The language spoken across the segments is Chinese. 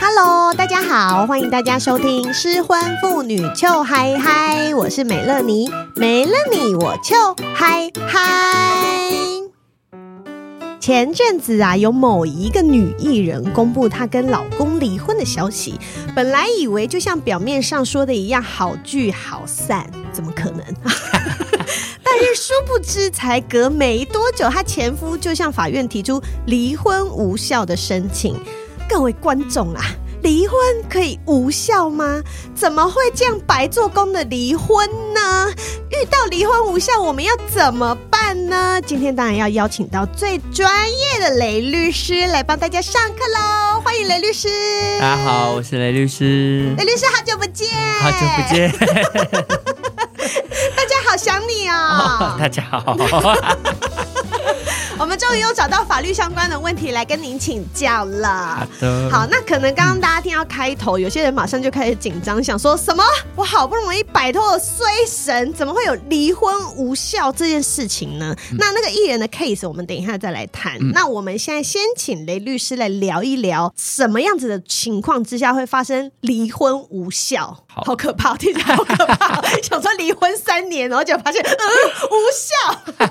Hello，大家好，欢迎大家收听《失婚妇女糗嗨嗨》，我是美乐妮，没了你我糗嗨嗨。前阵子啊，有某一个女艺人公布她跟老公离婚的消息，本来以为就像表面上说的一样，好聚好散，怎么可能？ 但是殊不知，才隔没多久，她前夫就向法院提出离婚无效的申请。各位观众啊，离婚可以无效吗？怎么会这样白做工的离婚呢？遇到离婚无效，我们要怎么办呢？今天当然要邀请到最专业的雷律师来帮大家上课喽！欢迎雷律师。大家好，我是雷律师雷，律师，好久不见，好久不，见，大家好想你 哦。大家好。我们终于又找到法律相关的问题来跟您请教了好。的，好，那可能刚刚大家听到开头，有些人马上就开始紧张，想说什么？我好不容易摆脱了衰神，怎么会有离婚无效这件事情呢？嗯那那个艺人的 case，我们等一下再来谈。那我们现在先请雷律师来聊一聊，什么样子的情况之下会发生离婚无效？好好可怕，听起来好可怕。想说离婚三年，然后就发现嗯 无效。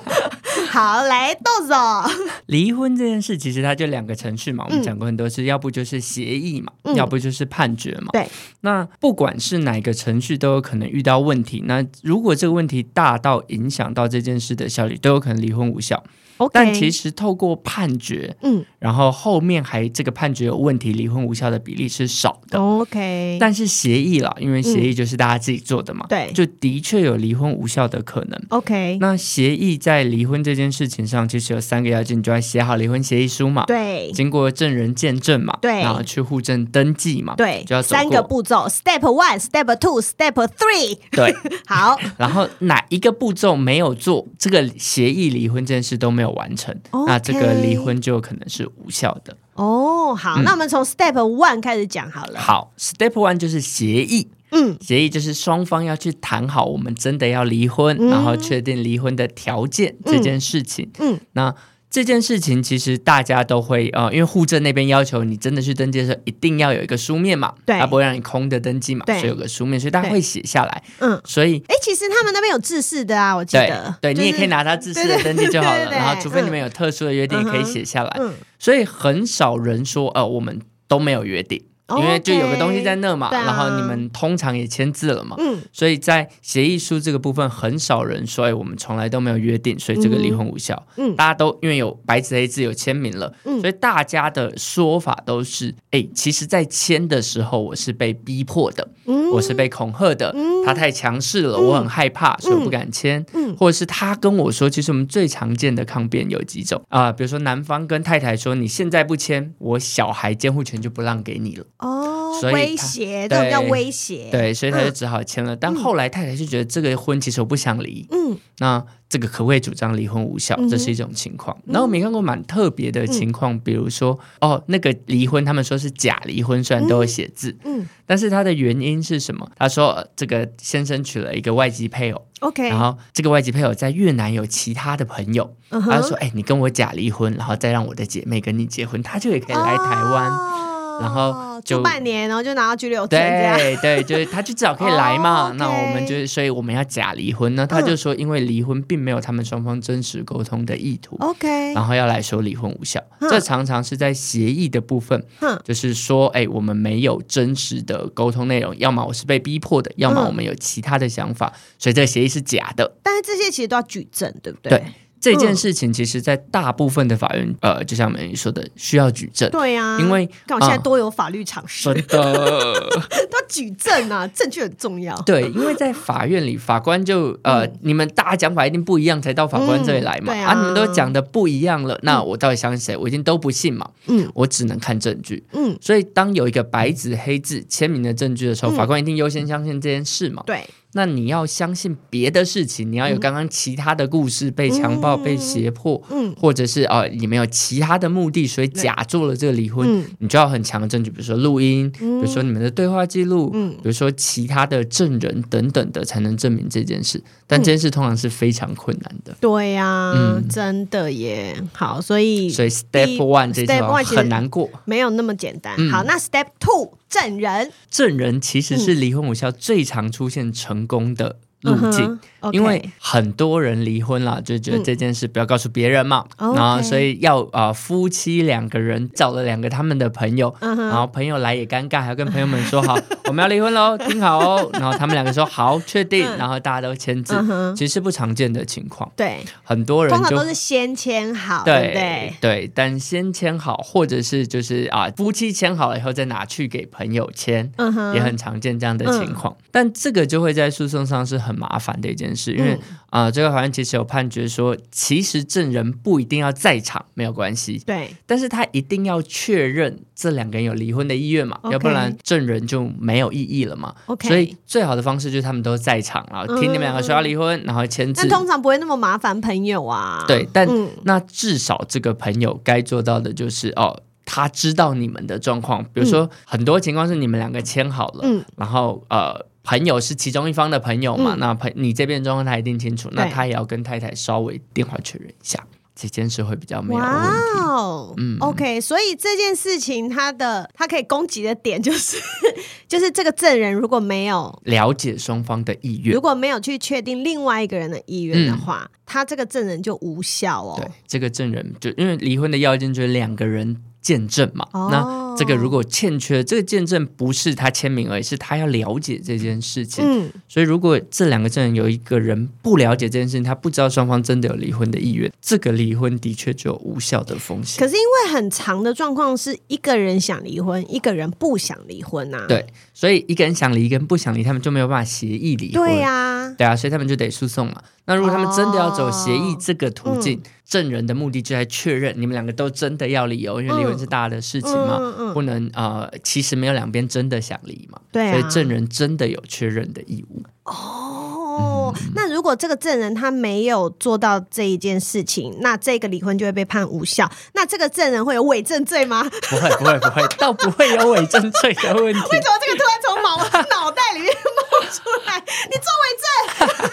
好，来豆总， 离婚这件事其实它就两个程序嘛，我们讲过很多次，要不就是协议嘛，嗯要不就是判决嘛。对，那不管是哪个程序，都有可能遇到问题。那如果这个问题大到影响到这件事的效率，都有可能离婚无效。 OK，但其实透过判决，嗯然后后面还这个判决有问题，离婚无效的比例是少的。哦，OK，但是协议啦，因为协议就是大家自己做的嘛，嗯对就的确有离婚无效的可能。 OK，那协议在离婚这件事情上，其实有三个要件，你就要写好离婚协议书嘛，对经过证人见证嘛，对然后去户政登记嘛，对就要，走过三个步骤：Step One、Step Two、Step Three。 对，好，然后哪一个步骤没有做，这个协议离婚这件事都没有完成 OK 那这个离婚就有可能是无效的。哦，好，那我们从 Step One 开始讲好了。嗯好，Step One 就是协议，嗯，协议就是双方要去谈好，我们真的要离婚，嗯然后确定离婚的条件这件事情。嗯嗯那这件事情其实大家都会呃，因为户政那边要求你真的去登记的时候，一定要有一个书面嘛，对他不会让你空的登记嘛，对所以有个书面，所以大家会写下来。嗯，所以哎，其实他们那边有制式的啊，我记对得。对，就你是也可以拿他自私的登记就好对对对了。对然后，除非嗯你们有特殊的约定，嗯也哼可以写下来。嗯所以很少人说，呃，我们都没有约定，因为就有个东西在那嘛， OK，对啊然后你们通常也签字了嘛。嗯所以在协议书这个部分，很少人说，哎，我们从来都没有约定，所以这个离婚无效。嗯大家都因为有白纸黑字有签名了，嗯所以大家的说法都是，哎，其实在签的时候我是被逼迫的，嗯我是被恐吓的，他太强势了，我很害怕，所以我不敢签。嗯或者是他跟我说，其实我们最常见的抗辩有几种啊、比如说男方跟太太说，你现在不签，我小孩监护权就不让给你了。哦，所以他威胁，这种叫对威胁。，对，所以他就只好签了。但后来太太就觉得这个婚其实我不想离，嗯那这个可谓主张离婚无效嗯哼，嗯这是一种情况。然后我们也看过蛮特别的情况，比如说哦，那个离婚他们说是假离婚，虽然都有写字，嗯但是他的原因是什么？他说、呃这个先生娶了一个外籍配偶， ，OK，然后这个外籍配偶在越南有其他的朋友，嗯哼他就说：“哎、你跟我假离婚，然后再让我的姐妹跟你结婚，她就也可以来台湾。哦然后就住半年，然后就拿到居留证这样。对对，就是他就至少可以来哦嘛。，OK 嗯那我们就是，所以我们要假离婚呢。他就说，因为离婚并没有他们双方真实沟通的意图， OK，然后要来说离婚无效。嗯这常常是在协议的部分，哼就是说，哎，我们没有真实的沟通内容，要么我是被逼迫的，要么嗯我们有其他的想法，所以这个协议是假的。但是这些其实都要举证，对不对？对这件事情，其实，在大部分的法院，呃，就像美云说的，需要举证。嗯对啊，因为看我现在啊多有法律常识， 真的，都举证 啊，证据很重要。对，因为在法院里，法官就呃，你们大家讲法一定不一样，才到法官这里来嗯嗯嘛。对嗯啊啊，你们都讲的不一样了，那我到底相信谁？我已经都不信嘛。嗯我只能看证据。嗯，所以，当有一个白纸黑字签名的证据的时候，嗯法官一定优先相信这件事嘛。对，那你要相信别的事情，你要有刚刚其他的故事，被强嗯暴、被胁迫，嗯或者是呃，你们有其他的目的，所以假做了这个离婚，嗯你就要很强的证据，比如说录音，比如说你们的对话记录，嗯比如说其他的证人等等的，才能证明这件事。但嗯这件事通常是非常困难的，对呀、嗯真的耶。好，所以所以 step 一 one 这 step one 条其实很难过。没有那么简单。嗯好，那 Step Two 证人证人其实嗯是离婚无效最常出现成功的路径。嗯哼 OK 因嗯为很多人离婚啦，就觉得这件事不要告诉别人嘛，哦 OK 然后所以要呃夫妻两个人找了两个他们的朋友，嗯哼然后朋友来也尴尬，还要跟朋友们 说好我们要离婚喽，听好哦，然后他们两个说好确定，然后大家都签字嗯，哼其实是不常见的情况，对，很多人通常就都是先签好，对不对对？对，但先签好，或者是就是啊夫妻签好了以后再拿去给朋友签，嗯哼，也很常见这样的情况。但这个就会在诉讼上是很麻烦的一件事，因为嗯啊、呃，最高法院其实有判决说，其实证人不一定要在场，没有关系。对，但是他一定要确认这两个人有离婚的意愿嘛 OK 要不然证人就没有意义了嘛。 OK 所以最好的方式就是他们都在场，然后听你们两个说要离婚，然后签字但。通常不会那么麻烦朋友啊。对，但、嗯那至少这个朋友该做到的就是哦，他知道你们的状况。比如说，很多情况是你们两个签好了，嗯然后呃，朋友是其中一方的朋友嘛，那朋你这边的状况他一定清楚，那他也要跟太太稍微电话确认一下，这件事会比较没有问题。哇哦，嗯 o k 所以这件事情它的它可以攻击的点就是 就是这个证人如果没有了解双方的意愿如，果没有去确定另外一个人的意愿的话，他这个证人就无效哦嗯对。这个证人就因为离婚的要件就是两个人见证嘛，哦那这个如果欠缺这个见证，不是他签名而已，是他要了解这件事情。嗯，所以，如果这两个证人有一个人不了解这件事情，他不知道双方真的有离婚的意愿，这个离婚的确就有无效的风险。可是因为很长的状况是一个人想离婚，一个人不想离婚呐、啊。对，所以一个人想离跟不想离，他们就没有办法协议离婚。对呀、对啊，所以他们就得诉讼嘛。那如果他们真的要走协议这个途径，嗯证人的目的就在确认你们两个都真的要离哦，因为离婚是大家的事情嘛，嗯嗯嗯不能呃，其实没有两边真的想离嘛，对啊所以证人真的有确认的义务。哦，嗯那如果这个证人他没有做到这一件事情，那这个离婚就会被判无效。那这个证人会有伪证罪吗？不会，不会，不会，倒不会有伪证罪的问 题。为什么这个突然从脑脑袋里面冒出来？你作为证，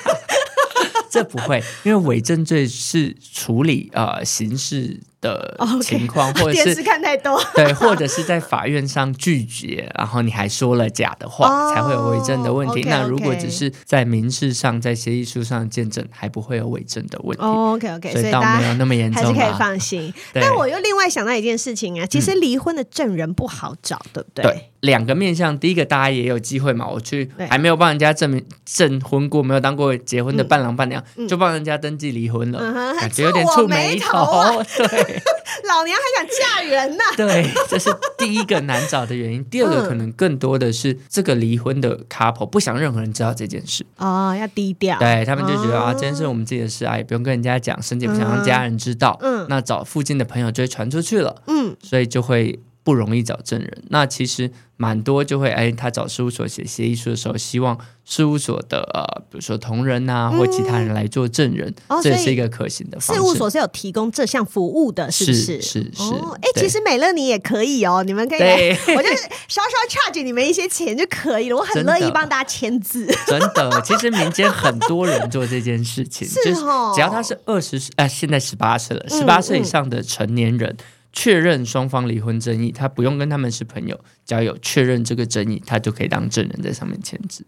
这不 会，因为伪证罪是处理呃刑事的哦 OK 情况，或者电视是看太 多。对，或者是在法院上拒绝，然后你还说了假的话，哦才会有伪证的问题。 OK，那如果 OK 只是在民事上、在协议书上的见证，还不会有伪证的问题。哦 OK OK，所所以以倒大没有家那么严还是重啊可以啦。放心。对嗯但我又另外想到一件事情啊，其实离婚的证人不好找，对不对？对，两个面向，第一个大家也有机会嘛，我去对还没有帮人家证明证婚过，没有当过结婚的伴郎伴娘，就帮人家登记离婚了，嗯哼感觉有点皱我触眉眉头啊 对。老娘还想嫁人 呢、对，这是第一个难找的原因。第二嗯个可能更多的是这个离婚的 couple 不想任何人知道这件事，哦，要低调。对他们就觉得哦啊，这件事我们自己的事啊，也不用跟人家讲，甚至不想让家人知道。嗯那找附近的朋友就会传出去了，嗯，所以就会不容易找证人。那其实蛮多就会，哎，他找事务所写协议书的时候，希望事务所的呃，比如说同仁啊或其他人来做证人，嗯哦这也所以是一个可行的方式。事务所是有提供这项服务的，是不是是是哦，哎、对其实美乐你也可以哦，你们可以来，对 我就是稍稍 charge 你们一些钱就可以了，我很真的乐意帮大家签字。 真的，其实民间很多人做这件事情，是就是哦嗯只要他是二十，呃，现在十八岁了，十八岁以上的成年人。确认双方离婚争议，他不用跟他们是朋友，只要有确认这个争议，他就可以当证人在上面签 字。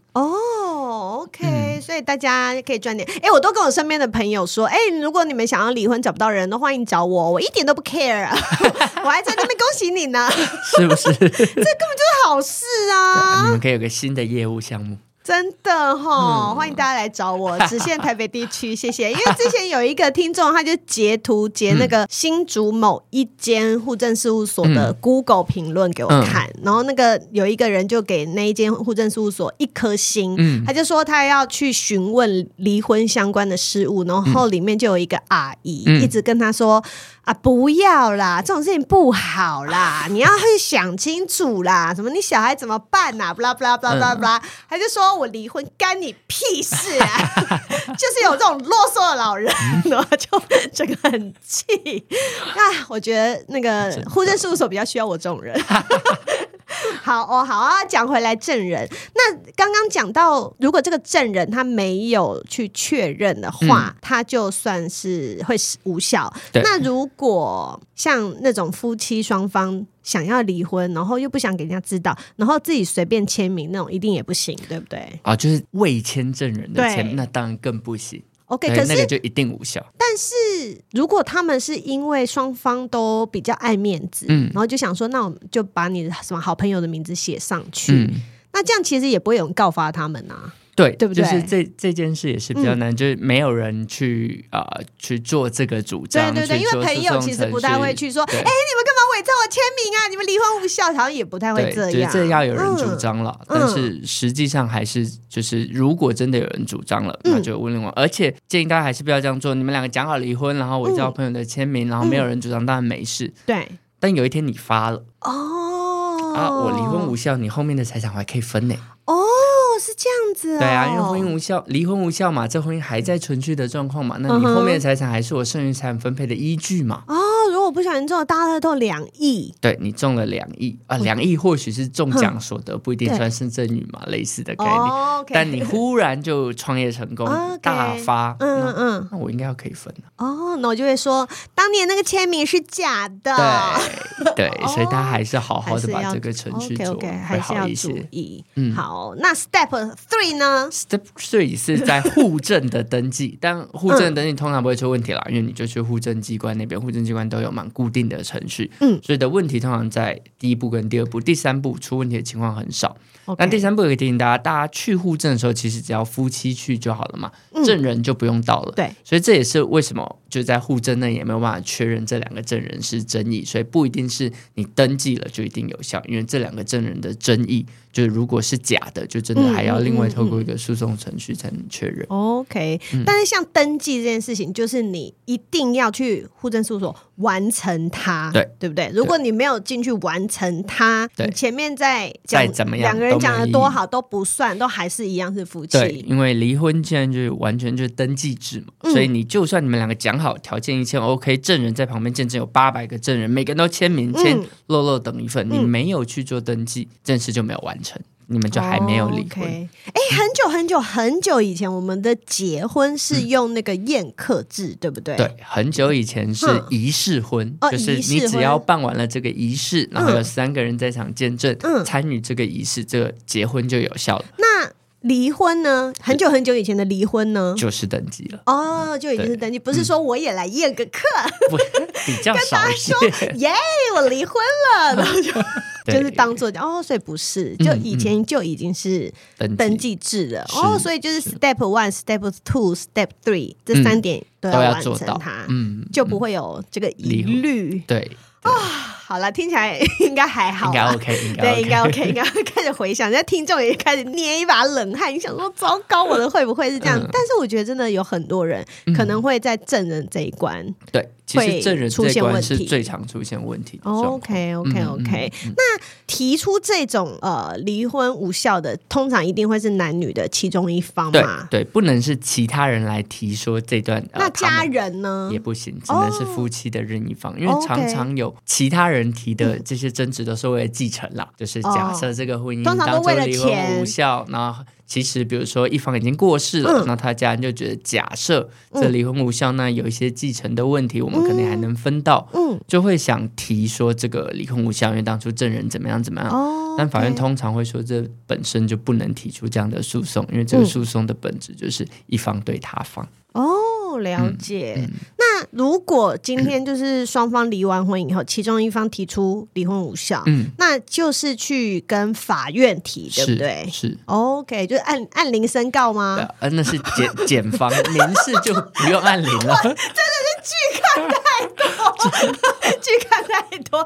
哦，OK，、所以大家可以赚点。哎、我都跟我身边的朋友说，哎、如果你们想要离婚找不到人，都欢迎找我，我一点都不 care，啊 我还在那边恭喜你呢， 是不是？好事啊。啊你们可以有个新的业务项目，真的嗯哈，欢迎大家来找 我，只限台北地区，谢谢。因为之前有一个听众，他就截图截那个新竹某一间户政事务所的嗯 Google 评论给我看，然后那个有一个人就给那一间户政事务所一颗星，嗯他就说他要去询问离婚相关的事务，然后里面就有一个阿姨、嗯一直跟他说啊，不要啦，这种事情不好 啦，你要去想清楚啦，什么你小孩怎么办呐、啊？不啦不啦不啦不啦嗯不啦，他就说我离婚干你屁事啊！ 就是有这种啰嗦的老人，嗯然后他就整个很气。啊，我觉得那个真的户政事务所比较需要我这种人。 好哦，好啊，讲回来证人，那刚刚讲到，如果这个证人他没有去确认的话，他就算是会是无效。嗯对那如果像那种夫妻双方想要离婚，然后又不想给人家知道，然后自己随便签名那种，一定也不行，对不对啊，就是未签证人的对签，那当然更不行。 ？OK，可那个是就一定无效。是如果他们是因为双方都比较爱面子，嗯然后就想说，那我们就把你的什么好朋友的名字写上去，嗯，那这样其实也不会有人告发他们啊。对，对不嗯对就是这这件事也是比较难，就是没有人去啊、呃去做这个主对张。对对，去因为做朋友诉讼其实程不太会序去说，哎、对你们干嘛伪造我签名啊？你们离婚无效，好像也不太会对，这就是样。这要有人主张了，嗯但是实际上还是就是，如果真的有人主张了，嗯那就问另外。而且建议大家还是不要这样做，你们两个讲好离婚，然后伪造嗯朋友的签名，然后没有人主张，当然没事。对但有一天你发了哦啊，我离婚无效，你后面的财产我还可以分呢。哦，是这样子、哦。对啊，因为婚姻无效，离婚无效嘛，这婚姻还在存续的状况嘛，那嗯你哼后面的财产还是我剩余财产分配的依据嘛。哦，如果不小心中了大乐透两亿，对你中了两亿啊，嗯两亿或许是中奖所得，不一定算是赠与嘛，类似的概念。哦，OK，啊但你忽然就创业成功 OK，大发，嗯那嗯那我应该要可以分了。哦，那我就会说，当年那个签名是假的。对对， 哦所以大家还是好还好的是把要这个程序 OK 做 OK，会还是好要一注些。意。嗯好，那 Step Three 呢？ Step three 是在户政的登记， 但户政的登记通常不会出问题嗯啦，因为你就去户政机关那边，户政机关都有蛮固定的程序，嗯所以的问题通常在第一步跟第二步，第三步出问题的情况很少。那 OK，第三步也提醒大家，大家去户政的时候，其实只要夫妻去就好了嘛，嗯证人就不用到了。对，所以这也是为什么就在户政内也没有办法确认这两个证人是争议，所以不一定是你登记了就一定有效，因为这两个证人的争议，就是如果是假的，就真的嗯还要另外透过一个诉讼程序才能确认。 OK，、但嗯是像登记这件事情，就是你一定要去户政事务所完成它，对对不对？如果你没有进去完成它，对你前面再再讲怎么样两个人讲的都没有多意义好都不算，都还是一样是夫对，妻。因为离婚现在就是完全就是登记制嘛，嗯所以你就算你们两个讲好条件一切 OK，证人在旁边见证有八百个证人，每个人都签名签嗯漏漏等一份，你嗯没有去做登记，正事就没有完成，你们就还没有离婚。哦，OK 哎、很久很久很久以前，我们的结婚是用那个宴客制，对不对？对，很久以前是哼仪式婚，嗯哦就是仪式你只要婚办完了这个仪式，然后嗯有三个人在场见证，嗯参与这个仪式，这个结婚就有效了，那离婚呢？很久很久以前的离婚呢？就是登记了， 哦，就已经是对登记，不是说我也来宴个客，不比较少一些，耶、我离婚了，然后就 对就嗯是当做哦，所以不是，就以前就已经是登登记制了、是哦，所以就是 step one、step two、step three 这嗯三点都都要要完做成到它，，嗯，就不会有这个疑虑。对，好了，听起来 应该还好应该啦。 OK，应该对，应该 OK。 OK，应该开始回想，人家听众也开始捏一把冷汗，想说糟糕，我的会不会是这样？嗯但是我觉得真的有很多人可能会在证人这一关， 对，其会实证人出这一现问关是题哦最常出现问题的状况。 OK OK 嗯 OK，、那提出这种呃离婚无效的，通常一定会是男女的其中一方对嘛？对，不能是其他人来提说这段。呃那他家们人呢也？不行，只能是嗯哦夫妻的任意方，因，OK 嗯为常常有其他人提的这些争执都是为了继承啦，就是假设这个婚姻哦通当常都为了初钱离婚无效，然后其实比如说一方已经过世了嗯，那他家人就觉得假设这离婚无效，那有一些继承的问题，我们可能还能分到，嗯，就会想提说这个离婚无效，因为当初证人怎么样怎么样，哦，但法院 OK 通常会说，这本身嗯就不能提出这样的诉讼，因为这个诉讼的本质就是一方对他方。哦哦，了解。嗯那如果今天就是双方离完婚以后，其中一方提出离婚无效，嗯，那就是去跟法院提，对是不对是。 ？OK，就是按按铃申告对吗？啊，那是检检方，民事就不用按铃 了。 去看太多。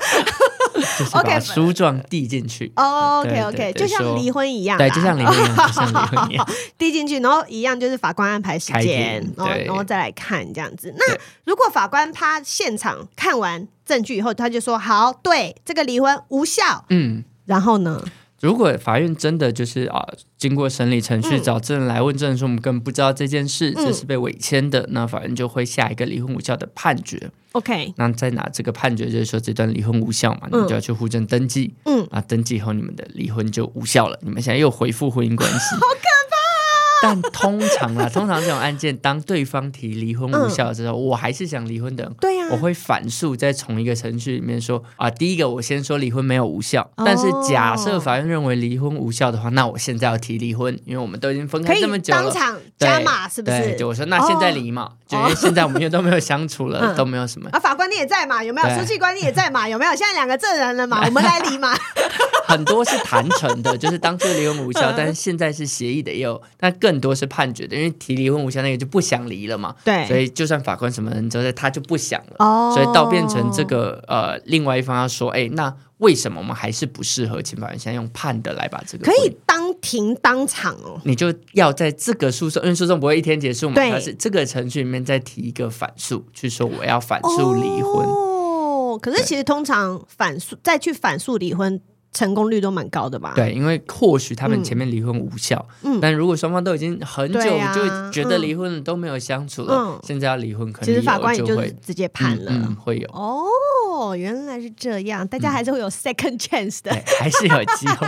就是把 OK，书状递进去。 OK 对 OK，对就像说离婚一样啊啦，对，就像离婚一样，就像离婚 一样。递进去，然后一样就是法官安排时开间庭，然后对然后再来看这样子。那对如果法官他现场看完证据以后，他就说好，对这个离婚无效，嗯，然后呢？如果法院真的就是啊，经过审理程序嗯找证人来问证人说我们根本不知道这件事，嗯这是被违签的，那法院就会下一个离婚无效的判决。 OK，那再拿这个判决就是说这段离婚无效嘛，你们就要去户政登记。嗯啊，登记以后你们的离婚就无效了，你们现在又恢复婚姻 关系，好可怕、但通常啊，通常这种案件，当对方提离婚无效的时候，我还是想离婚的人，对呀、我会反诉，再从一个程序里面说啊，第一个我先说离婚没有无效，哦但是假设法院认为离婚无效的话，那我现在要提离婚，因为我们都已经分可开这么以久了当。场对加码，是不对，是？就我说那现在离嘛，就因为现在我们又都没有相处了， 嗯都没有什么啊，法官你也在嘛？有没有？对书记官你也在嘛？有没有？现在两个证人了 嘛？我们来离嘛？很多是谈成的，就是当初离婚无效嗯，但是现在是协议的也有，但更多是判决的，因为提离婚无效那个就不想离了嘛，所对，以就算法官什么人责在，他就不想了，哦所以到变成这个呃，另外一方要说，哎，那为什么我们还是不适合？请法院现在用判的来把这个哦可婚以当庭当场哦。你就要在这个诉讼，因为诉讼不会一天结束嘛，对它是这个程序里面再提一个反诉，去说我要反诉离婚。哦，可是对其实通常反诉再去反诉离婚，成功率都蛮高的吧？对，因为或许他嗯们前面离婚无效，嗯但如果双方都已经很久对啊就觉得嗯离婚了都没有相处了嗯，现在要离婚，可能其实法有官也就就是会直接判嗯了。嗯会有，哦，原来是这样，大家还是会有 second chance 的。对，还是有机 会。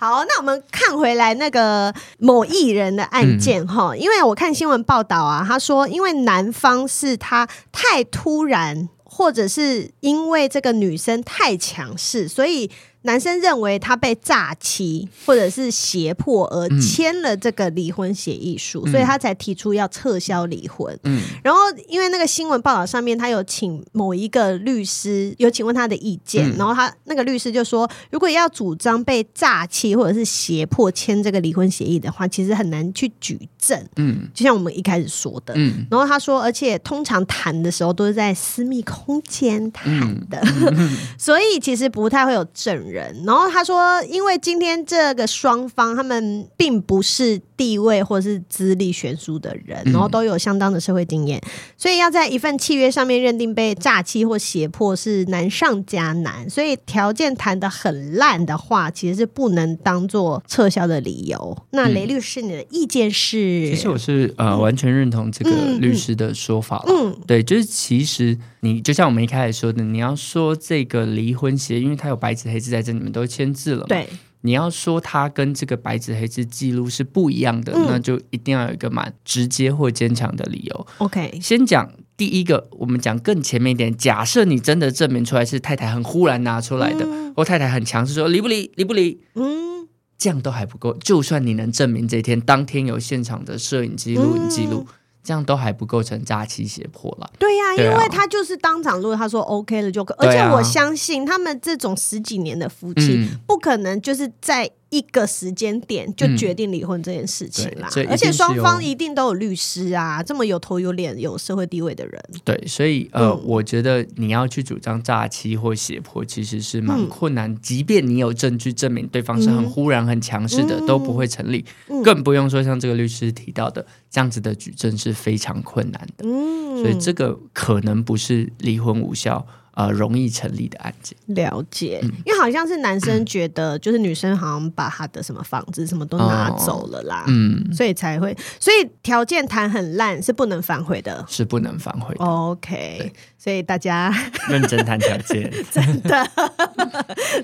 好，那我们看回来那个某艺人的案件哈，因为我看新闻报道啊，他说因为男方是他太突然，或者是因为这个女生太强势，所以男生认为他被诈欺或者是胁迫而嗯签了这个离婚协议书，所以他才提出要撤销离婚。嗯，然后，因为那个新闻报道上面，他有请某一个律师，有请问他的意见，嗯然后他那个律师就说，如果要主张被诈欺或者是胁迫签这个离婚协议的话，其实很难去举证，嗯就像我们一开始说的。嗯然后他说，而且通常谈的时候都是在私密空间嗯谈的， 所以其实不太会有证人。然后他说，因为今天这个双方他们并不是地位或是资历悬殊的人，嗯然后都有相当的社会经验，所以要在一份契约上面认定被诈欺或胁迫是难上加难。所以条件谈得很烂的话，其实是不能当做撤销的理由。那嗯雷律师，你的意见是？其实我是呃完全认同这个嗯嗯嗯律师的说法了。嗯对，就是其实你就像我们一开始说的，你要说这个离婚协议，因为它有白纸黑字在这，你们都签字了嘛。对，你要说它跟这个白纸黑字记录是不一样的，嗯那就一定要有一个蛮直接或坚强的理由。 OK，先讲第一个，我们讲更前面一点。假设你真的证明出来是太太很忽然拿出来的，嗯或太太很强势说离不离，离不离，嗯，这样都还不够。就算你能证明这天当天有现场的摄影机、嗯录影记录，这样都还不构成诈欺胁迫了。对呀、对啊因为他就是当场录，他说 OK 了就可，而对且啊我相信他们这种十几年的夫妻，嗯不可能就是在一个时间点就嗯决定离婚这件事情啦，对这一定而且是哦双方有一定都有律师啊，这么有头有脸、有社会地位的人，对，所以呃，嗯我觉得你要去主张诈欺或胁迫，其实是蛮嗯困难。即便你有证据证明对方是嗯很忽然、很强势的，嗯都不会成立，嗯更不用说像这个律师提到的，这样子的举证是非常困难的。嗯，所以这个可能不是离婚无效呃容易成立的案件。了解，嗯因为好像是男生觉得，就是女生好像把他的什么房子什么都拿哦走了啦，嗯，所以才会，所以条件谈很烂是不能反悔的。是不能反悔的，哦 OK，所以大家 认真谈条 件。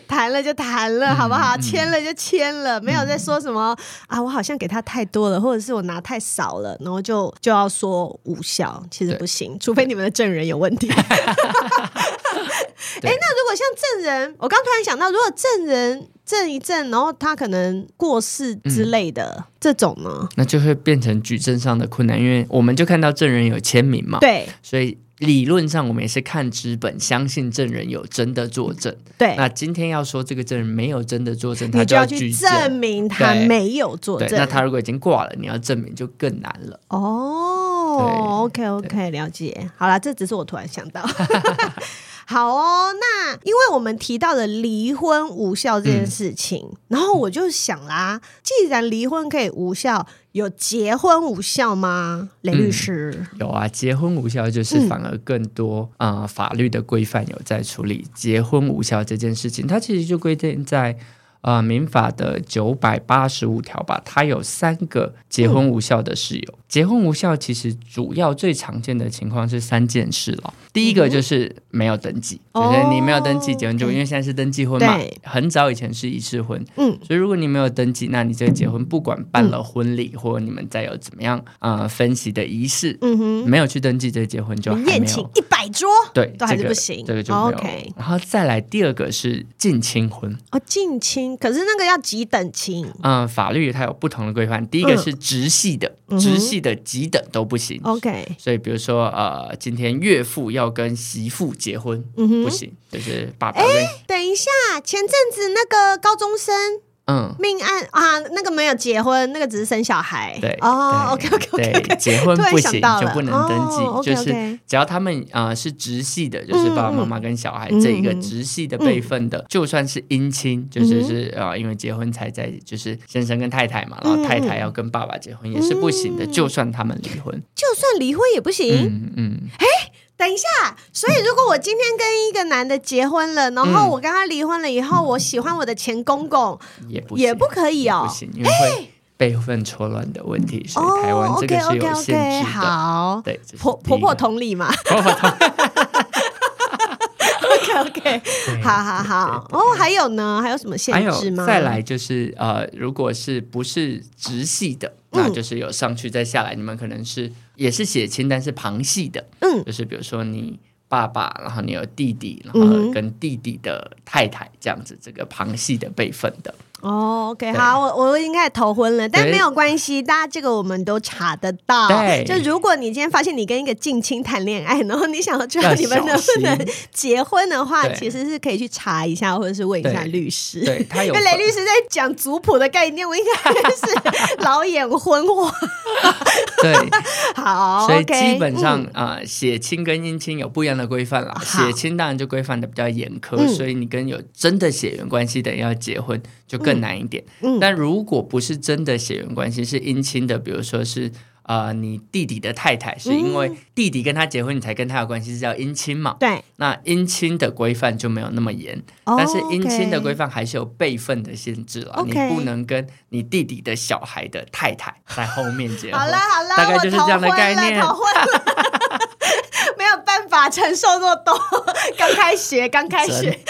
谈了就谈嗯了，好不好？签了就签了，没有再说什么啊，我好像给他太多了，或者是我拿太少了，然后就就要说无效，其实对不行，除非你们的证人有问 题。哎，那对如果像证人，我刚突然想到，如果证人阵一阵，然后他可能过世之嗯类的、这种呢？那就会变成举证上的困难，因为我们就看到证人有签名嘛，对所以理论上我们也是看纸本，相信证人有真的作证。对，那今天要说这个证人没有真的作证，他哎你就要要去举证。证明他对没有作对，证。那他如果已经挂了，你要证明就更难了。哦，OK OK，了解。好啦，这只是我突然想到。 好哦，那因为我们提到了离婚无效这件事情，嗯然后我就想啦，既然离婚可以无效，有结婚无效吗？雷律师，有啊，结婚无效就是嗯反而更多啊、呃法律的规范有在处理结婚无效这件事情，它其实就规定在。啊、民法的九百八十五条吧，它有三个结婚无效的事由。嗯结婚无效其实主要最常见的情况是三件事了。第一个就是没有登记，就是你没有登记哦结婚就、对因为现在是登记婚嘛对，很早以前是一次婚，嗯所以如果你没有登记，那你这个结婚不管办了婚礼，或你们再有怎么样啊分析的仪式，嗯哼，没有去登记这个结婚就我们还宴没请有。一百桌对，都还这是不个行这个就没有。 OK 然后再来第二个是近亲婚，哦，近亲，可是那个要几等亲嗯、法律它有不同的规范。第一个嗯是直系的，嗯哼哦直系的几等都不行。 ？OK，所以比如说，呃，今天岳父要跟媳妇结婚，嗯哼不行，就是爸爸跟，等一下，前阵子那个高中生嗯，命案啊，那个没有结婚，那个只是生小孩。对，哦，OK 对 OK OK 对 OK， 结婚突然不想行到就了不能登记，哦就 OK，OK 是只要他们呃是直系的，就是爸爸妈妈跟小孩、这一个嗯嗯嗯嗯直系的辈分的，就算是姻亲，就是是啊、呃因为结婚才在就是先生跟太太嗯嘛，然后太太要跟爸爸结婚、也是不行的，就算他们离婚，就算离婚也不行。嗯嗯，等一下，所以如果我今天跟一个男的结婚了，然后我跟他离婚了以后，我喜欢我的前公公，也不也行不可以不哦。行，因为会辈分错乱的问题，所以台湾哦这个，OK 是 OK 有限 OK，制的。好，对，这是婆第一婆婆个同理嘛。OK OK，对好好好。哦，还有呢？还有什么限还有制吗？再来就是呃，如果是不是直系的，嗯那就是有上去再下来，你们可能是也是血亲，但是旁系的，嗯，就是比如说你爸爸，然后你有弟弟，然嗯后哼跟弟弟的太太这样子，这个旁系的辈分 的，哦，OK，对好，我我已经开始头昏了，但对没有关系，大家这个我们都查得到。对就如果你今天发现你跟一个近亲谈恋爱，然后你想要知道要你们能不能小结婚的话，对其实是可以去查一下，或者是问一下对律师。对他因有为雷律师在讲族谱的概念，我应该是老眼昏花。对，好所以哦，OK，基本上嗯啊、呃血亲跟姻亲有不一样的规范啦。好血亲当然就规范的比较严苛，嗯所以你跟有真的血缘关系的人要结婚就更难一点。嗯但如果不是真的血缘关系，是姻亲的，比如说是。呃，你弟弟的太太是因嗯为弟弟跟他结婚，你才跟他有关系，是叫姻亲嘛？对，那姻亲的规范就没有那么严，哦但是姻亲的规范还是有辈分的限制啦。 OK 你不能跟你弟弟的小孩的太太在后面结婚。好了好了，大概就是这样的我头昏了概念头昏了， 没有办法承受那么多， 刚开学，刚开学。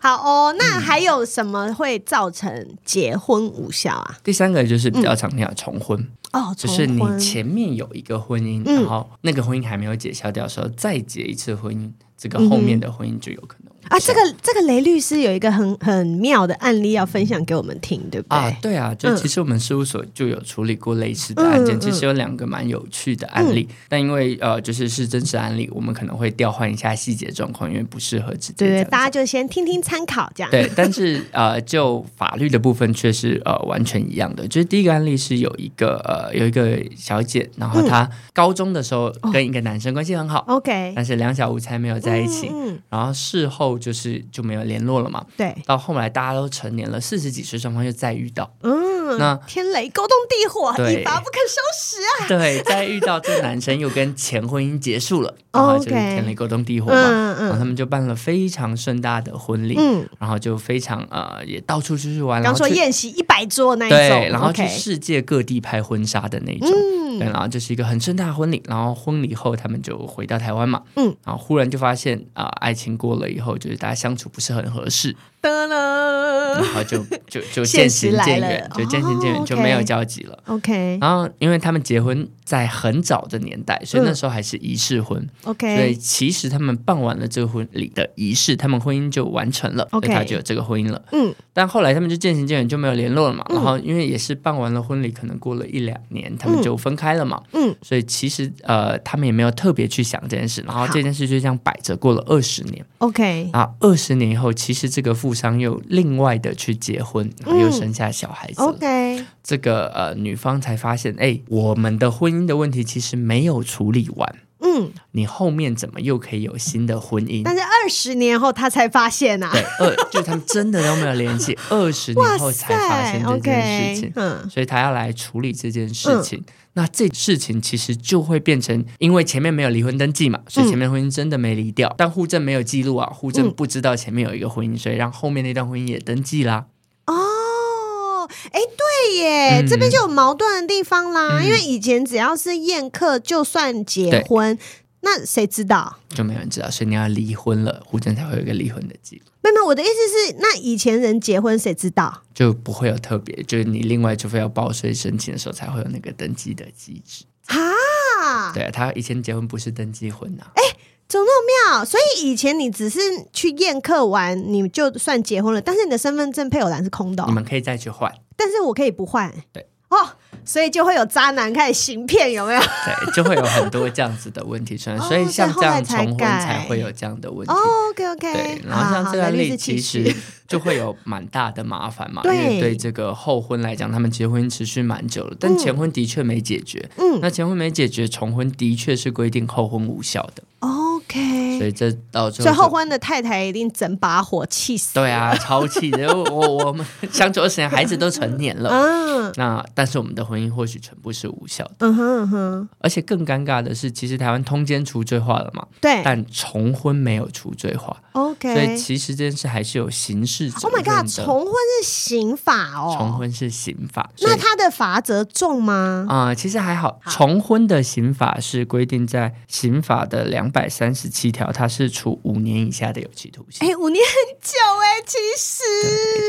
好哦，嗯那还有什么会造成结婚无效啊？第三个就是比较常见的重婚，哦，就是重你婚前面有一个婚姻，嗯然后那个婚姻还没有解消掉的时候，再结一次婚姻，这嗯个后面的婚姻就有可能无效啊，这个这个雷律师有一个很很妙的案例要分享给我们听，对不对？啊，对啊，就嗯其实我们事务所就有处理过类似的案嗯件，嗯嗯其实有两个蛮有趣的案例，但因为呃，就是是真实案例，我们可能会调换一下细节状况，因为不适合直接对这对，样大家讲就先听听参考 这样。对，但是呃，就法律的部分却是呃完全一样的。就是第一个案例是有一个呃有一个小姐，然嗯后她高中的时候哦跟一个男生关系很好， ，OK，但是两小无猜没有在一起，哦嗯，嗯然后事后就是就没有联络了嘛。对，到后来大家都成年了，四十几岁，双方又再遇到，嗯，那天雷勾动地火，对一发不可收拾啊！对，再遇到这个男生又跟前婚姻结束了，然后就是哦 OK 天雷勾动地火嘛，嗯然后他嗯们就办了非常盛大的婚礼，嗯，然后就非常呃也到处出去玩，刚然后说去宴席一百桌那一种，对，然后去 OK 世界各地拍婚纱的那种。嗯对，然后这是一个很盛大的婚礼，然后婚礼后他们就回到台湾嘛，嗯，然后忽然就发现啊、爱情过了以后，就是大家相处不是很 合适，噔然了后就就就现渐实行来渐了远，就渐行渐哦远，就 OK 没有交集了。 ，OK 然后，因为他们结婚在很早的年代，所以那嗯时候还是仪式婚，所以 OK，其实他们办完了这个婚礼的仪式，他们婚姻就完成了，所 OK 以他就有这个婚姻了。嗯，但后来他们就渐行渐远，就没有联络了嘛。嗯然后因为也是办完了婚礼，可能过了一两年，他们就分开了嘛。嗯，所以其实呃，他们也没有特别去想这件事。然后好哎这件事就这样摆着，过了二十年 OK，啊，二十年以后，其实这个富商又另外的去结婚，然后嗯又哦生下小孩子了。 OK，这个呃女方才发现，哎，我们的婚姻的问题其实没有处理完，嗯，你后面怎么又可以有新的婚姻？但是二十年后他才发现啊呐、对，二 就是他们真的都没有联系，二十哇年后才发塞现这件事情，OK，。嗯，所以他要来处理这件事情。那这事情其实就会变成，因为前面没有离婚登记嗯嘛，所以前面婚姻真的没离掉，但户政没有记录啊，户政嗯不知道前面有一个婚姻，所以让后面那段婚姻也登记啦。哦，哎，对耶，嗯这边就有矛盾的地方啦，嗯因为以前只要是宴客，就算结婚，那谁知道？就没有人知道，所以你要离婚了，户政才会有一个离婚的记录，妹妹，我的意思是，那以前人结婚谁知道？就不会有特别，就是你另外除非要报税申请的时候才会有那个登记的机制。哈，对啊，他以前结婚不是登记婚啊呐、哎怎么那么妙？所以以前你只是去宴客玩，你就算结婚了，但是你的身份证配偶栏是空的、你哦，们可以再去换，但是我可以不换。嗯对。哦，所以就会有渣男开始行骗，有没有？对，就会有很多这样子的问题出现，哦所以像所这样以后来才重婚改才会有这样的问题。哦，OK OK，对，然后像这个例，其实就会有蛮大的麻烦嘛，因对为对这个后婚来讲，他们结婚持续蛮久了，但嗯前婚的确没解决。嗯那前婚没解决，重婚的确是规定后婚无效的，所，OK，以这到最哎所后以就后婚的太太一定整把火气死。对啊，超气的。因为我我 我们相处二十年，孩子都成年了。嗯那但是我们的婚姻或许全部是无效的，嗯哼嗯哼，而且更尴尬的是，其实台湾通奸除罪化了嘛，对但重婚没有除罪化，所以哎，OK。其实这件事还是有刑事责 Oh 任 my 的。 god，重婚是刑法哦，重婚是刑法，所以那他的罚则重吗？啊、其实还好。好重婚的刑法是规定在刑法的两百三十七条，它是处五年以下的有期徒刑。哎、五年很久哎、其实，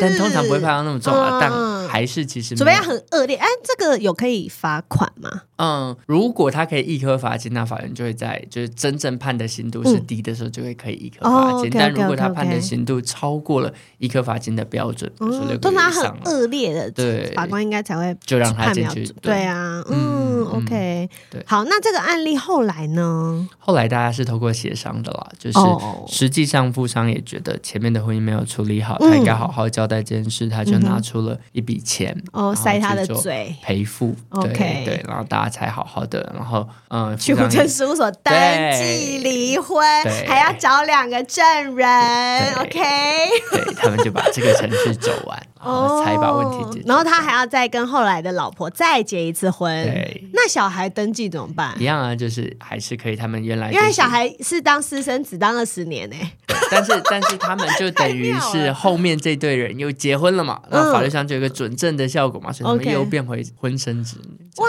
但通常不会判到那么重嗯啊，但还是其实没除非有他很恶劣。哎、这个有可以罚款吗？嗯，如果他可以一科罚金，那法院就会在就是真正判的刑度是低的时候，就会可以一科罚嗯哦金。 ，OK，OK，OK，OK 但如果他判的刑度超过了一科罚金的标准，比如说六个嗯通月常以很上了，恶劣的，对法官应该才会就让他判进秒去准。。对，啊，嗯嗯 o k 对好，那这个案例后来呢？后来大家是透过协商的啦，就是哦实际上富商也觉得前面的婚姻没有处理好，嗯他应该好好交代这件事，他就嗯哼拿出了一笔钱哦，然后塞他去的做嘴，赔付， OK 对对，然后大家才好好的，然后嗯，去富户商也政事务所登记对离婚，对还要找两个证人对，OK。对他们就把这个程序走 完，然后才把问题解决。哦然后他还要再跟后来的老婆再结一次婚。对那小孩登记怎么办一？样啊，就是还是可以，他们原来、就因是、为小，孩是当私生子当了十年呢、欸 但是但是他们就等于太妙是了嗯后面这对人又结婚了嘛，然后法律上就有一个准证的效果嘛，所以他 OK 们又变回婚 生子女，哇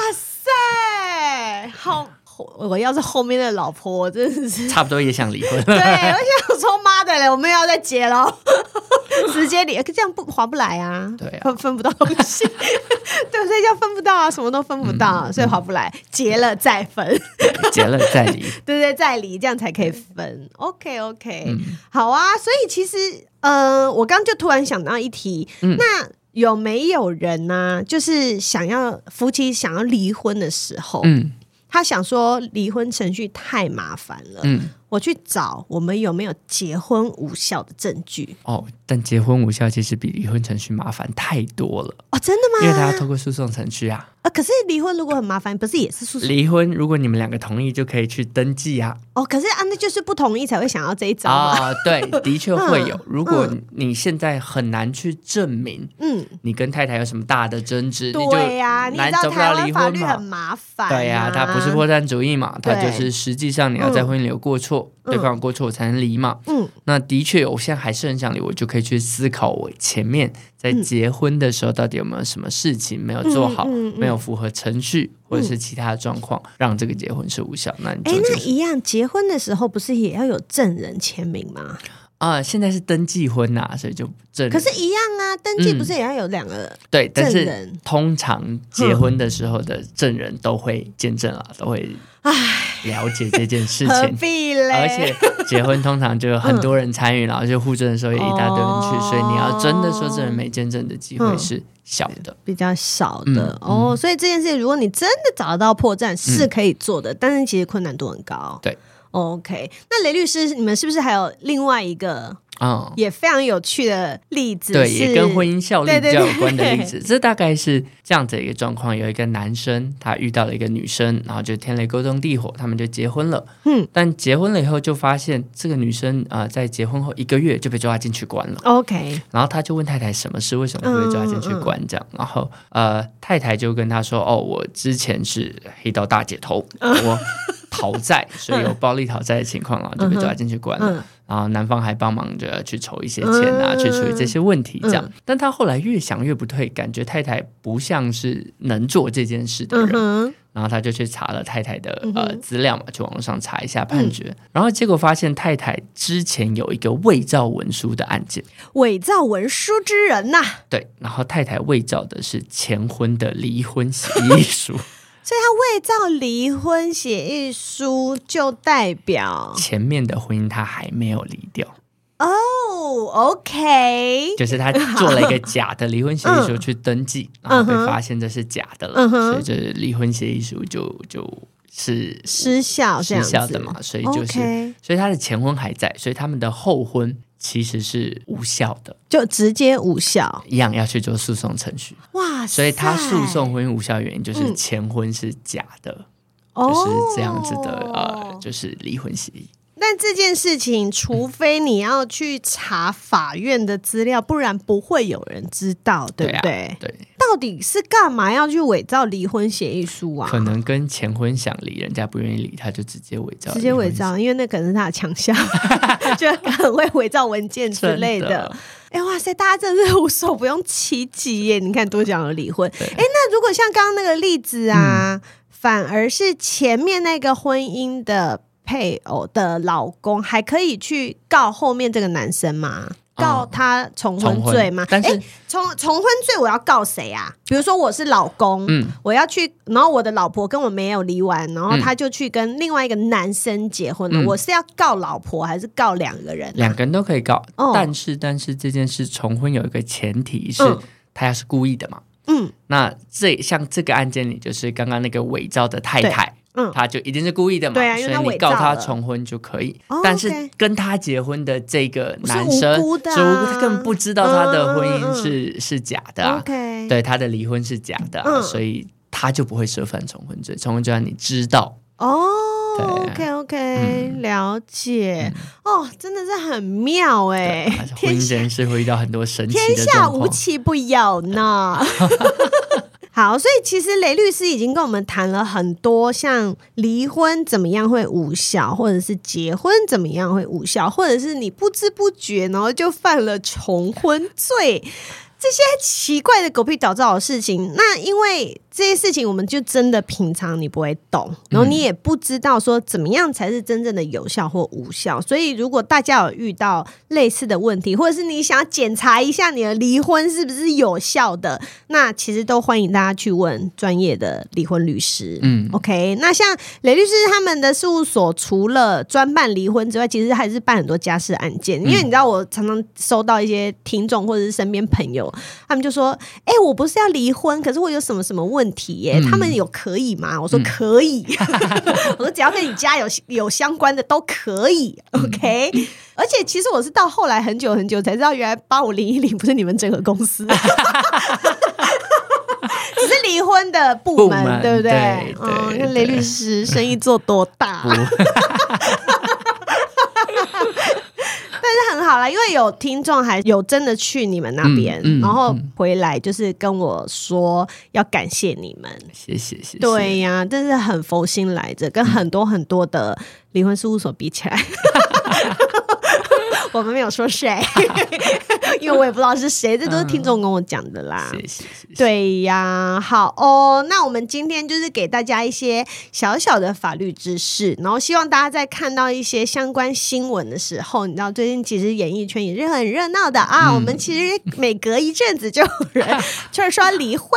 塞，嗯好！我我要是后面的老婆，我真的 是差不多也想离婚 对，我想说妈的嘞，我们要再结 喽，直接离，可这样不划不来啊，对啊分分不到东西， 对，所以叫分不到啊，什么都分不到，嗯所以划不来，结了再分。 结了再离。对对，再离这样才可以分。OK OK，、好嗯啊。所以其实，呃，我刚就突然想到一题，嗯那有没有人呢、就是想要夫妻想要离婚的时候，嗯他想说离婚程序太麻烦了，嗯，我去找我们有没有结婚无效的证据？哦，但结婚无效其实比离婚程序麻烦太多了，哦，真的吗？因为他要透过诉讼程序啊。呃，可是离婚如果很麻烦，不是也是诉讼？离婚如果你们两个同意，就可以去登记啊。哦，可是啊，那就是不同意才会想要这一招嘛。啊、 对，的确会有嗯。如果你现在很难去证明嗯，你跟太太有什么大的争执，对呀、你你就难知道走不台了湾离法婚律嘛。很麻烦、啊对呀、他不是。破绽主义嘛，他对就是实际上你要在婚姻里有过错，错，对方有过错，我才能离嘛。嗯，那的确，我现在还是很想离，我就可以去思考我前面在嗯结婚的时候到底有没有什么事情没有做好，嗯嗯嗯嗯没有符合程序，或者是其他的状况，让这个结婚是无效。那你哎、就就那是一样，结婚的时候不是也要有证人签名吗？啊、现在是登记婚呐、所以就证人。可是，一样啊，登记不是也要有两个？对，但证是人通常结婚的时候的证人都会见证啊，都会了解这件事何情。必嘞？而且结婚通常就有很多人参与，然后就互证的时候也一大堆人去，哦所以你要真的说证人没见证的机会是小的。比较少的、嗯哦，所以这件事情，如果你真的找得到破绽，是可以做的，但是其实困难度很高。对，OK，那雷律师，你们是不是还有另外一个嗯，也非常有趣的例子？对，哦是也跟婚姻效率对比对较对有关的例子。 这大概是这样子一个状况：有一个男生他遇到了一个女生，然后就天雷勾动地火，他们就结婚了。嗯，但结婚了以后就发现这个女生啊、呃在结婚后一个月就被抓进去关了。 OK，然后他就问太太什么事，为什么会被抓进去关这样？然后呃，太太就跟他说：“哦，我之前是黑道大姐头，嗯我讨债，所以有暴力讨债的情况，然后就被抓进去关了。嗯然后男方还帮忙着去筹一些钱啊，去处理这些问题这嗯样。但他后来越想越不对，感觉太太不像是能做这件事的嗯人，哼，然后他就去查了太太的嗯呃哼嗯资料嘛，去网络上查一下判决，然后结果发现太太之前有一个伪造文书的案件。伪造文书之人呐、对，然后太太伪造的是前婚的离婚协议 书，所以他伪造离婚协议书，就代表前面的婚姻他还没有离 掉，哦，OK，就是他做了一个假的离婚协议书去登 记，然后被发现这是假的了，嗯哼所以这离婚协议书就就是失效这失样子效的嘛，所以就是， OK 所以他的前婚还在，所以他们的后婚其实是无效的，就直接无效。一样要去做诉讼程序。哇塞，所以他诉讼婚姻无效的原因就是嗯前婚是假的，哦就是这样子的呃，就是离婚协议。但哦这件事情，除非你要去查法院的资料，不然不会有人知道，对不对？啊、对，到底是干嘛要去伪造离婚协议书啊？可能跟前婚想离，人家不愿意离，他就直接伪造，直接伪造，因为那可能是他的强项， 就很会伪造文件之真类的。的。哎、哇塞，大家真的是无所不用其极耶！你看多想要离婚。啊哎、那如果像刚刚那个例子嗯啊，反而是前面那个婚姻的配偶的老公，还可以去告后面这个男生吗？告他重婚罪吗？哦重婚但是诶重重婚罪我要告谁啊？比如说我是老公，嗯我要去，然后我的老婆跟我没有离完，然后嗯他就去跟另外一个男生结婚了。嗯我是要告老婆还是告两个人、啊？两个人都可以告，哦但是但是这件事重婚有一个前提是，嗯他要是故意的嘛。嗯，那这像这个案件里，就是刚刚那个伪造的太太，对嗯她就一定是故意的嘛，对啊因所为以她你伪造告他了重婚就可以。哦但是 OK 跟他结婚的这个是男无生，辜的啊是无辜他根本不知道他的婚嗯嗯嗯姻是、是假的啊。 OK，对，他的离婚是假的啊、嗯所以他就不会涉犯重婚罪。重婚罪让你知道，哦、对嗯 o k OK，、了解。哦，真的是很妙哎、对啊婚天姻下人是会遇到很多神奇天的下状无况。奇不有 呢。好，所以其实雷律师已经跟我们谈了很多，像离婚怎么样会无效，或者是结婚怎么样会无效，或者是你不知不觉然后就犯了重婚罪。这些奇怪的狗屁倒灶的事情，那因为这些事情，我们就真的平常你不会懂，然后你也不知道说怎么样才是真正的有效或无效。所以，如果大家有遇到类似的问题，或者是你想检查一下你的离婚是不是有效的，那其实都欢迎大家去问专业的离婚律师。嗯， OK，那像雷律师他们的事务所，除了专办离婚之外，其实还是办很多家事案件。因为你知道，我常常收到一些听众或者是身边朋友，他们就说：“哎、我不是要离婚，可是我有什么什么问题耶、嗯他们有可以吗？”我说：“可以。 我说：“只要跟你家有有相关的都可以。”OK，、而且其实我是到后来很久很久才知道，原来八五零一零不是你们整个公司。啊 只是离婚的部部门，门对不对对嗯，那对雷律师生啊意做多大，不但是很好了，因为有听众还有真的去你们那边，嗯嗯然后嗯回来就是跟我说要感谢你们。谢谢谢谢。对呀、真是很佛心来着，跟很多很多的离婚事务所比 起来，我们没有说谁，因为我也不知道是谁，这都是嗯听众跟我讲的啦。谢谢谢谢。对呀，好哦。那我们今天就是给大家一些小小的法律知识，然后希望大家在看到一些相关新闻的时候，你知道最近其实演艺圈也是很热闹的啊。嗯我们其实每隔一阵子就有 人就是说离婚，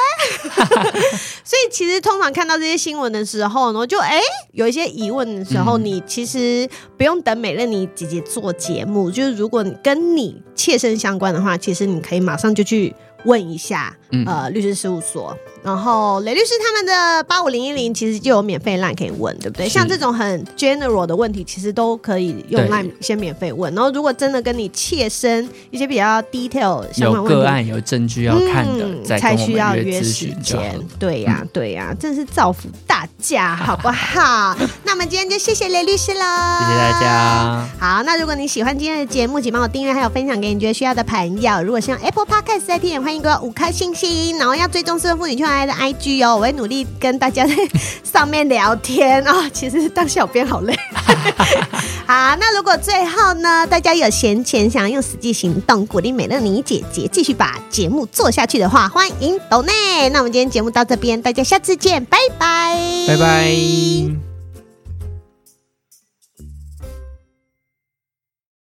所以其实通常看到这些新闻的时候呢，就哎有一些疑问的时候，嗯你其实不用等美乐妮姐姐做节目，就是如果你跟你切身相关的话，其实你可以马上就去问一下，嗯呃，律师事务所。然后雷律师他们的八五零一零其实就有免费 line 可以问，对不对？是像这种很 general 的问题，其实都可以用对 line 先免费问。然后如果真的跟你切身一些比较 detail 相有关问个题，案有证据要看的，嗯再才跟我需要们约咨时询就好嗯间了。。对呀、对呀、真是造福大家，好不 好？那我们今天就谢谢雷律师了，谢谢大。家。好，那如果你喜欢今天的节目，请帮我订阅，还有分享给你觉得需要的朋友。如果是用 Apple Podcast 在听，也欢迎给我五颗星星，然后要追踪四位妇女圈爱的 IG 哦，我会努力跟大家在上面聊天哦。其实当小编好累。好，那如果最后呢，大家有闲钱想要用实际行动鼓励美乐妮姐姐继续把节目做下去的话，欢迎抖内。那我们今天节目到这边，大家下次见，拜拜，拜拜。